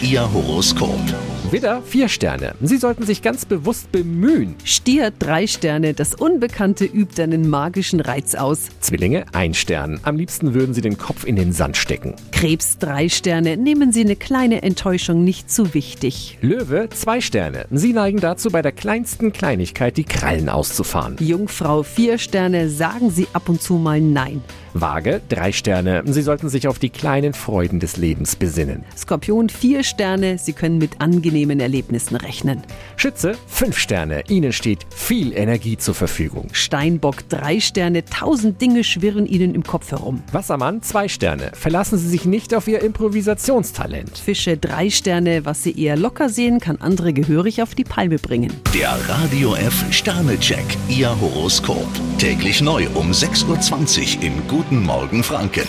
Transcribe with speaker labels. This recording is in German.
Speaker 1: Ihr Horoskop.
Speaker 2: Widder, vier Sterne. Sie sollten sich ganz bewusst bemühen.
Speaker 3: Stier, drei Sterne. Das Unbekannte übt einen magischen Reiz aus.
Speaker 2: Zwillinge, ein Stern. Am liebsten würden Sie den Kopf in den Sand stecken.
Speaker 3: Krebs, drei Sterne. Nehmen Sie eine kleine Enttäuschung nicht zu wichtig.
Speaker 2: Löwe, zwei Sterne. Sie neigen dazu, bei der kleinsten Kleinigkeit die Krallen auszufahren.
Speaker 3: Jungfrau, vier Sterne. Sagen Sie ab und zu mal Nein.
Speaker 2: Waage, drei Sterne. Sie sollten sich auf die kleinen Freuden des Lebens besinnen.
Speaker 3: Skorpion, vier Sterne. Sie können mit angenehmen Erlebnissen rechnen.
Speaker 2: Schütze, fünf Sterne. Ihnen steht viel Energie zur Verfügung.
Speaker 3: Steinbock, drei Sterne. Tausend Dinge schwirren Ihnen im Kopf herum.
Speaker 2: Wassermann, zwei Sterne. Verlassen Sie sich nicht auf Ihr Improvisationstalent.
Speaker 3: Fische, drei Sterne. Was Sie eher locker sehen, kann andere gehörig auf die Palme bringen.
Speaker 1: Der Radio F Sternecheck, Ihr Horoskop. Täglich neu um 6.20 Uhr im Guten Morgen Franken.